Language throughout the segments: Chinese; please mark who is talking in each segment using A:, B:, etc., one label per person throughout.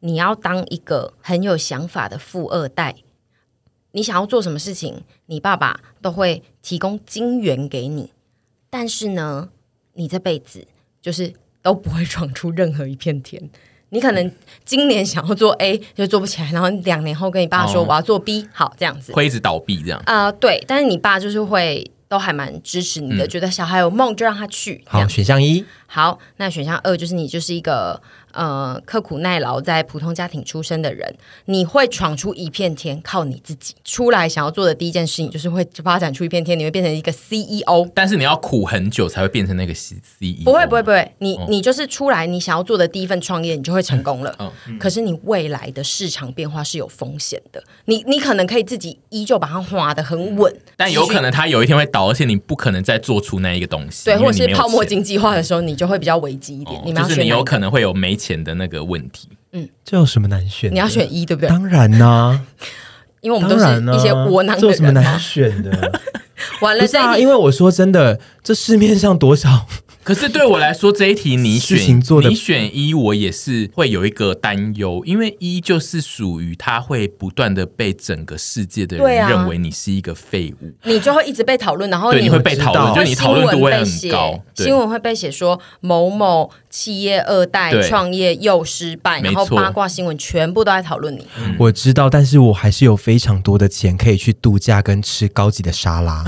A: 你要当一个很有想法的富二代，你想要做什么事情，你爸爸都会提供金元给你。但是呢，你这辈子就是都不会闯出任何一片天。你可能今年想要做 A 就做不起来，然后两年后跟你爸说
B: 哦
A: 我要做 B，、好这样子。
B: 会一直倒闭这样。
A: 啊、对，但是你爸就是会都还蛮支持你的，觉得小孩有梦就让他去这
C: 好，
A: 样。
C: 选项一，
A: 好，那选项二就是你就是一个呃刻苦耐劳，在普通家庭出身的人，你会闯出一片天，靠你自己出来想要做的第一件事情就是会发展出一片天，你会变成一个 CEO。
B: 但是你要苦很久才会变成那个 C C E，
A: 不会不会不会，你、你就是出来，你想要做的第一份创业，你就会成功了。
B: 嗯
A: 可是你未来的市场变化是有风险的，你你可能可以自己依旧把它划得很稳，
B: 但有可能它有一天会倒，而且你不可能再做出那一个东西，
A: 对，
B: 因为
A: 或者
B: 你
A: 是
B: 没有
A: 泡沫
B: 钱
A: 经济化的时候，你就会比较危机一点。
B: 哦
A: 你们要
B: 就
A: 选
B: 是
A: 哪
B: 你
A: 一个，
B: 有可能会有没钱的那个问题。
C: 这有什么难选的？
A: 你要选一，对不对？
C: 当然啦、
A: 因为 我们都
C: 当
A: 是
B: 啊
C: 然啦、啊
A: 一些窝囊
C: 这
A: 的
C: 有什么
A: 人啊
C: 难
A: 嘛。
C: 选 的？
A: 完了
C: 不是
A: 这
C: 啊，
A: 一题
C: 因为我说真的，这市面上多少
B: 可是对我来说，这一题你
C: 事情
B: 选
C: 做得
B: 你选一，我也是会有一个担忧，因为一就是属于他会不断的被整个世界的
A: 对
B: 人
A: 啊
B: 认为你是一个废物，
A: 你就会一直被讨论，然后
B: 对，你会被
C: 知
B: 讨论，
C: 道
B: 就你讨论度会很
A: 新
B: 高
A: 闻，被写
B: 对
A: 新闻会被写说某某企业二代
B: 对
A: 创业又失败，然
B: 没
A: 后
B: 错
A: 八卦新闻全部都在讨论你。
C: 我知道，但是我还是有非常多的钱可以去度假跟吃高级的 沙拉，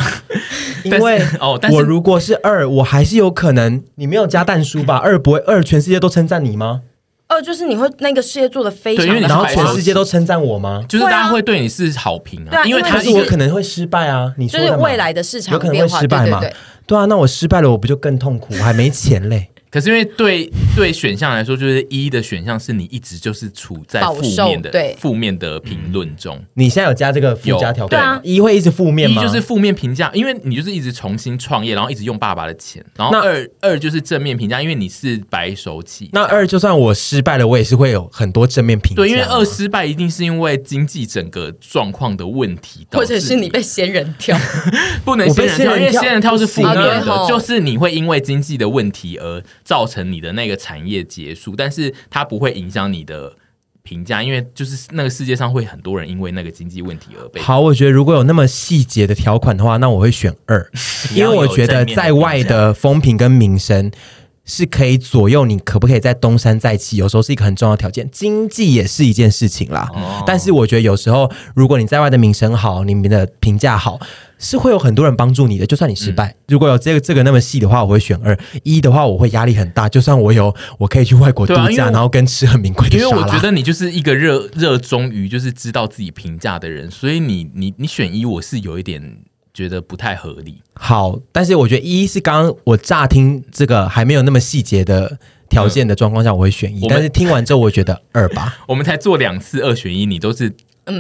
C: 因
B: 但是
C: 为
B: 哦但是
C: 我如果是二，我还是有可能。你没有加蛋叔吧？二不会二，全世界都称赞你吗？
A: 二哦就是你会那个事业做的非
B: 对因
A: 常
B: 为你
A: 的
B: 是
C: 然后
A: 好
B: 白，
C: 全世界都称赞我吗？
B: 就是大
A: 会
B: 家
A: 啊
B: 会对你是好评
A: 对
B: 啊，
A: 啊
B: 因为
A: 因为
B: 他
C: 但
A: 你
C: 是
B: 一
C: 我
B: 个
C: 可能会失败啊，你
A: 就
C: 说
A: 是
C: 的嘛
A: 未来的市
C: 有
A: 场
C: 可能
A: 变
C: 会
A: 化，
C: 失
A: 对
C: 败
A: 对
C: 嘛
A: 对。？
C: 对啊，那我失败了，我不就更痛苦？我还没钱嘞。
B: 可是因为对对选项来说，就是一的选项是你一直就是处在
A: 饱
B: 负
A: 受
B: 面的
A: 对
B: 负面的评论中，
C: 你现在有加这个附加条
A: 有对
C: 款
A: 啊
C: 吗，一会一直负面
B: 一
C: 嗯吗？
B: 就是负面评价，因为你就是一直重新创业，然后一直用爸爸的钱，然后
C: 那
B: 二二就是正面评价，因为你是白手起家，
C: 那二就算我失败了，我也是会有很多正面评价。
B: 对，因为二。失败一定是因为经济整个状况的问题导
A: 或
B: 致的，
A: 者是你被仙人跳，
B: 不能
C: 我
B: 仙
C: 被
B: 人跳，
C: 仙人
B: 因为
C: 跳
B: 仙人跳是负面
A: 不行
B: 的
A: 啊对，吼
B: 就是你会因为经济的问题而造成你的那个产业结束，但是它不会影响你的评价，因为就是那个世界上会很多人因为那个经济问题而被。
C: 好，我觉得如果有那么细节的条款的话，那我会选 二，因为我觉得在外的风评跟名声是可以左右你可不可以在东山再起，有时候是一个很重要的条件。经济也是一件事情啦，
B: 哦
C: 但是我觉得有时候如果你在外的名声好，你们的评价好，是会有很多人帮助你的。就算你失
B: 嗯
C: 败，如果有这个这个那么细的话，我会选二；一的话，我会压力很大。就算我有，我可以去外国度
B: 对啊因为
C: 假，
B: 我
C: 然后跟吃很名贵的
B: 因
C: 沙
B: 为
C: 拉。
B: 我觉得你就是一个热热衷于就是知道自己评价的人，所以你你你选一，我是有一点觉得不太合理。
C: 好，但是我觉得一是刚刚我乍听这个还没有那么细节的条件的状况下，我会选一
B: 嗯我们，
C: 但是听完之后我觉得二 吧。
B: 我们才做两次二选一，你都是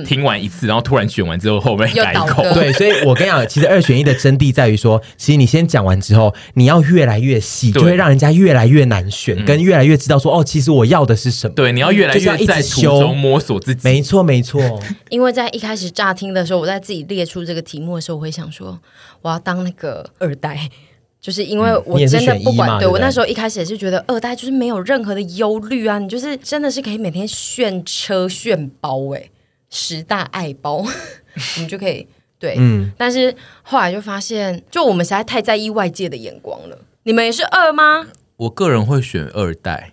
B: 听完一次，然后突然选完之后后面
A: 嗯又
B: 改
A: 倒
B: 口，
A: 戈
C: 对，所以我跟你讲，其实二选一的真谛在于说，其实你先讲完之后，你要越来越细，
B: 对嗯
C: 就会让人家越来越难选，跟越来越知道说哦，其实我要的是什么。，
B: 对，你要越来
C: 嗯就是要
B: 越
C: 一直
B: 在途
C: 修
B: 中摸索自己。
C: 没错，没 错。
A: 因为在一开始乍听的时候，我在自己列出这个题目的时候，我会想说，我要当那个二代， 就是因为我
C: 你也是
A: 真的
C: 选一
A: 不管，
C: 嘛
A: 对
C: 对不
A: 我
C: 对
A: 那时候一开始也是觉得二代就是没有任何的忧虑啊，你就是真的是可以每天炫车炫包哎、十大爱包， 你就可以对，
C: 嗯
A: 但是后来就发现，就我们实在太在意外界的眼光了。你们也是二吗？
B: 我个人会选二代，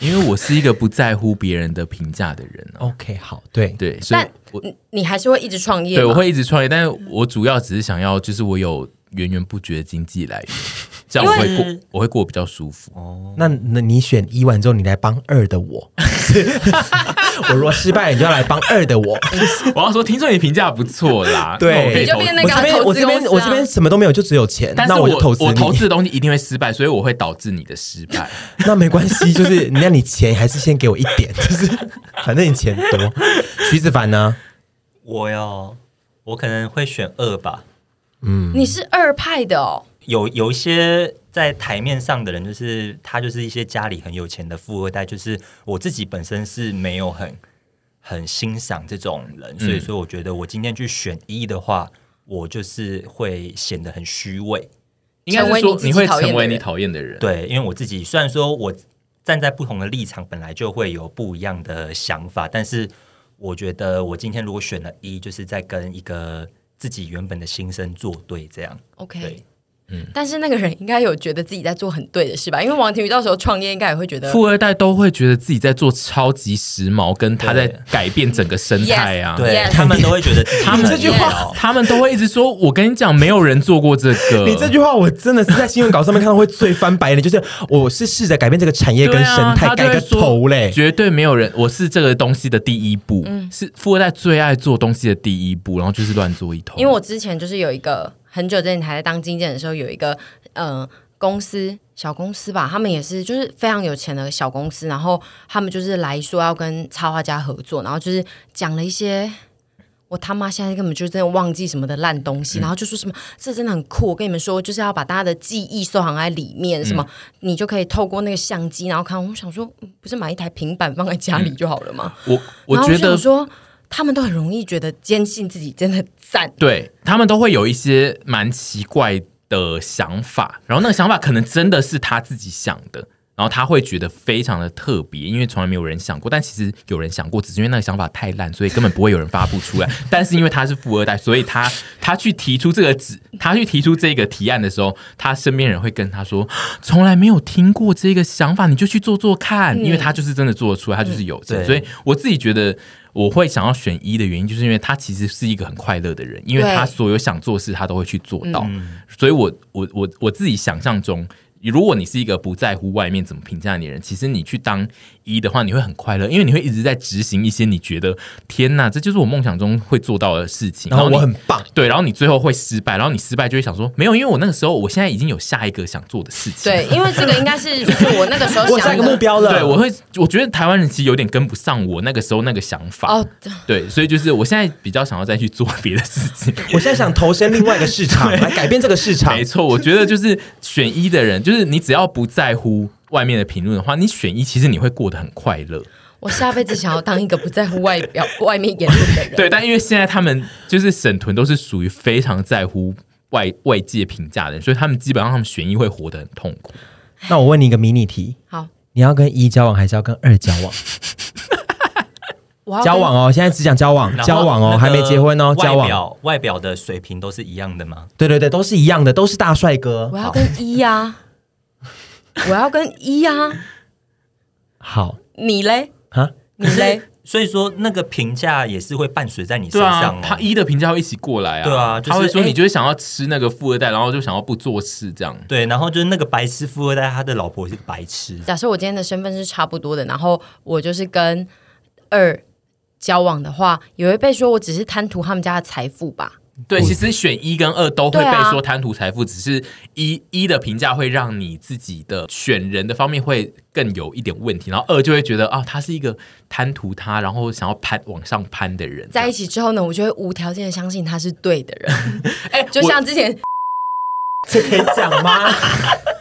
B: 因为我是一个不在乎别人的评价的人哦。
C: ，OK，好，对，
B: 对，所以
A: 但
B: 我
A: 你你还是会一直创业吗？
B: 对我会一直创业，但是我主要只是想要，就是我有源源不绝的经济 来源，这样我会
A: 嗯
B: 过，我会过得比较舒服。
C: 那那你选一完之后，你来帮二的 我。我如果失败了，你就要来帮二的我。
B: 我要说，听说你评价不错 啦，那我可以
C: 对，
A: 你就
B: 投
A: 变 那
B: 资
C: 我
A: 个啊
C: 这边
A: 投
C: 我
A: 资
C: 这边
A: 公司啊
C: 我这边什么都没有，就只有钱。
B: 但是
C: 那
B: 我
C: 就投资
B: 我投
C: 你
B: 资的东西一定会失败，所以我会导致你的失 败。
C: 那没关系，就是那你钱还是先给我一点，就是反正你钱多。徐子凡呢？
D: 我要，我可能会选二吧。
A: 你是二派的哦。
D: 有有一些在台面上的人，就是他就是一些家里很有钱的富二代，就是我自己本身是没有很很欣赏这种人，所以说我觉得我今天去选一的话，我就是会显得很虚伪。
B: 应该是
A: 成为
B: 说
A: 你自己
B: 你会
A: 讨厌的
B: 成为你
A: 人
B: 讨厌的人。
D: 对，因为我自己虽然说我站在不同的立场，本来就会有不一样的想法。但是我觉得，我今天如果选了一，就是在跟一个自己原本的心声作对，这样对
A: OK，。但是那个人应该有觉得自己在做很对的事吧？因为王庭宇到时候创业，应该也会觉得
B: 富二代都会觉得自己在做超级时髦，跟他在改变整个生态啊。
A: Yes，
D: 对
A: Yes
D: 他们都会觉得 自己
B: 他们
D: 很
A: 这句话
B: 他们都会一直说：“我跟你讲，没有人做过这个。”
C: 你这句话我真的是在新闻稿上面看到会最翻白眼，就是我是试着改变这个产业跟
B: 对
C: 生态，
B: 啊、他就
C: 改
B: 会
C: 个
B: 说
C: 头嘞。
B: 绝对没有人。我是这个东西的第一步，是富二代最爱做东西的第一步，然后就是乱做一通。
A: 因为我之前就是有一个很久之前还在当经纪人的时候，有一个呃公司小公司吧，他们也是就是非常有钱的小公司，然后他们就是来说要跟插画家合作，然后就是讲了一些。我他妈现在根本就真的忘记什么的烂东西，然后就说什么这真的很酷，我跟你们说，就是要把大家的记忆收藏在里面，什么、你就可以透过那个相机，然后看。我想说，嗯不是买一台平板放在家里就好了吗？
B: 我我
A: 然后
B: 觉
A: 想
B: 得
A: 说他们都很容易觉得坚信自己真的赞，
B: 对他们都会有一些蛮奇怪的想法，然后那个想法可能真的是他自己想的，然后他会觉得非常的特别，因为从来没有人想过。但其实有人想过，只是因为那个想法太烂，所以根本不会有人发布出来。但是因为他是富二代，所以他他去提出这个指，他去提出这个提案的时候，他身边人会跟他说，啊从来没有听过这个想法，你就去做做看，因为他就是真的做得出来，他就是有这个，
D: 对
B: 所以我自己觉得我会想要选一的原因，就是因为他其实是一个很快乐的人，因为
A: 对
B: 他所有想做的事他都会去做到，所以我我我我自己想象中。如果你是一个不在乎外面怎么评价你的人，其实你去当一的话，你会很快乐，因为你会一直在执行一些你觉得天哪，这就是我梦想中会做到的事情。
C: 然后
B: 你
C: 我很棒，
B: 对，然后你最后会失败，然后你失败就会想说没有，因为我那个时候我现在已经有下一个想做的事情。
A: 对，因为这个应该是就是我那个时候
C: 我下
A: 想
C: 一个目
A: 的。
C: 标了，
B: 对，我会，我觉得台湾人其实有点跟不上我那个时候那个想法。
A: 哦，
B: 对，所以就是我现在比较想要再去做别的事 情。
C: 我现在想投身另外一个市场，来改变这个市场
B: 没。错，我觉得就是选一的人，就是你只要不在乎外面的评论的话，你选一其实你会过得很快乐。
A: 我下辈子想要当一个不在乎外 表、外面言论的人。
B: 对，但因为现在他们就是沈屯都是属于非常在乎外外界评价的人，所以他们基本上他们选一会活得很痛苦。
C: 那我问你一个迷你题：
A: 好，
C: 你要跟一交往还是要跟二交往？
A: 我要
C: 交往
A: 跟
C: 哦，现在只讲交往，
D: 然后
C: 交往哦，
D: 那个
C: 还没结婚哦，交
D: 外
C: 往。
D: 表外表的水平都是一样的吗？
C: 对对对，都是一样的，都是大帅哥
A: 我。要跟一呀，我要跟一呀，
C: 好
A: 你嘞？
C: 啊，
A: 你 嘞？
D: 所以说那个评价也是会伴随在你
B: 对
D: 身上、
B: 啊
D: 哦，
B: 他一的评价会一起过来啊。
D: 对啊就是
B: 他会说
D: 哎
B: 你就是想要吃那个富二代，然后就想要不做事这样。
D: 对，然后就是那个白痴富二代，他的老婆是个白痴，
A: 假设我今天的身份是差不多的，然后我就是跟二交往的话，也会被说我只是贪图他们家的财富吧？
B: 对，其实选一跟二都会
A: 对
B: 被
A: 啊
B: 说贪图财富，只是一一的评价会让你自己的选人的方面会更有一点问题，然后二就会觉得啊，他是一个贪图他，然后想要攀往上攀的人。
A: 在一起之后呢，我就会无条件的相信他是对的人。
B: 哎，
A: 就
B: 我
A: 像之前
C: 这可以讲吗？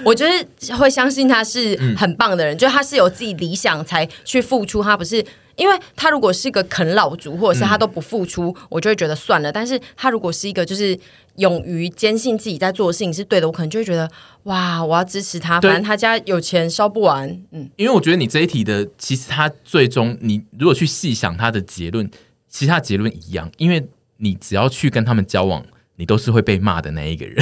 A: 我就是会相信他是很棒的人，就他是有自己理想才去付出，他不是。因为他如果是一个啃老族，或者是他都不付出，
B: 嗯
A: 我就会觉得算了。但是他如果是一个就是勇于坚信自己在做的事情是对的，我可能就会觉得哇，我要支持他。
B: 对
A: 反正他家有钱烧不完，嗯，
B: 因为我觉得你这一题的，其实它最终你如果去细想它的结论，其实它的结论一样，因为你只要去跟他们交往，你都是会被骂的那一个人，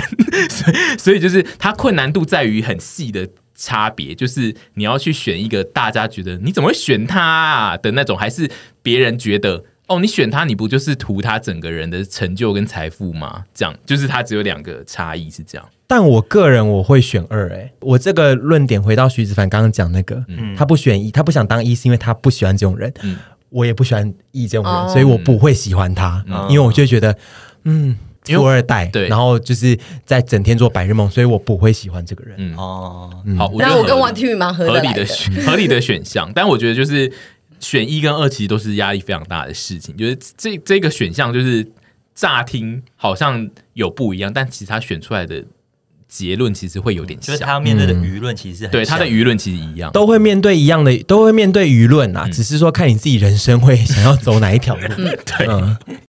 B: 所以所以就是它困难度在于很细的。差别就是你要去选一个大家觉得你怎么会选他、啊、的那种，还是别人觉得哦，你选他你不就是图他整个人的成就跟财富吗？这样就是它只有两个差异是这样。
C: 但我个人我会选二、欸，我这个论点回到徐子凡刚刚讲那个，他不选一，他不想当一，是因为他不喜欢这种人，
B: 嗯
C: 我也不喜欢一这种人，
A: 哦
C: 所以我不会喜欢他，
D: 嗯
C: 因为我就觉得，嗯，
B: 因为
C: 富二代，
B: 对
C: 然后就是在整天做白日梦，所以我不会喜欢这个人。
B: 嗯，
D: 哦，
B: 好，我觉
A: 那
B: 得
A: 我跟
B: 合
A: 王
B: 理
A: 庭宇蛮合
B: 合
A: 得
B: 理
A: 来
B: 的
A: 的。
B: 选合理的选项，但我觉得就是选一跟二其实都是压力非常大的事情，就是这这个选项就是乍听好像有不一样，但其实他选出来的结论其实会有点
D: 就
B: 像，
D: 是他要面对的
C: 嗯
D: 舆论其实是很
B: 对他的
D: 像
B: 舆论其实一样。
C: 都会面对一样的，
B: 嗯
C: 都会面对舆论啊，只是说看你自己人生会想要走哪一条路。
B: 对，
C: 嗯